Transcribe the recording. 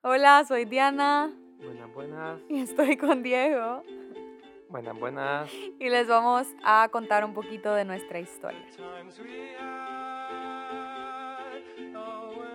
Hola, soy Diana Buenas, buenas. y estoy con Diego Buenas, buenas. y les vamos a contar un poquito de nuestra historia. Times we had our way.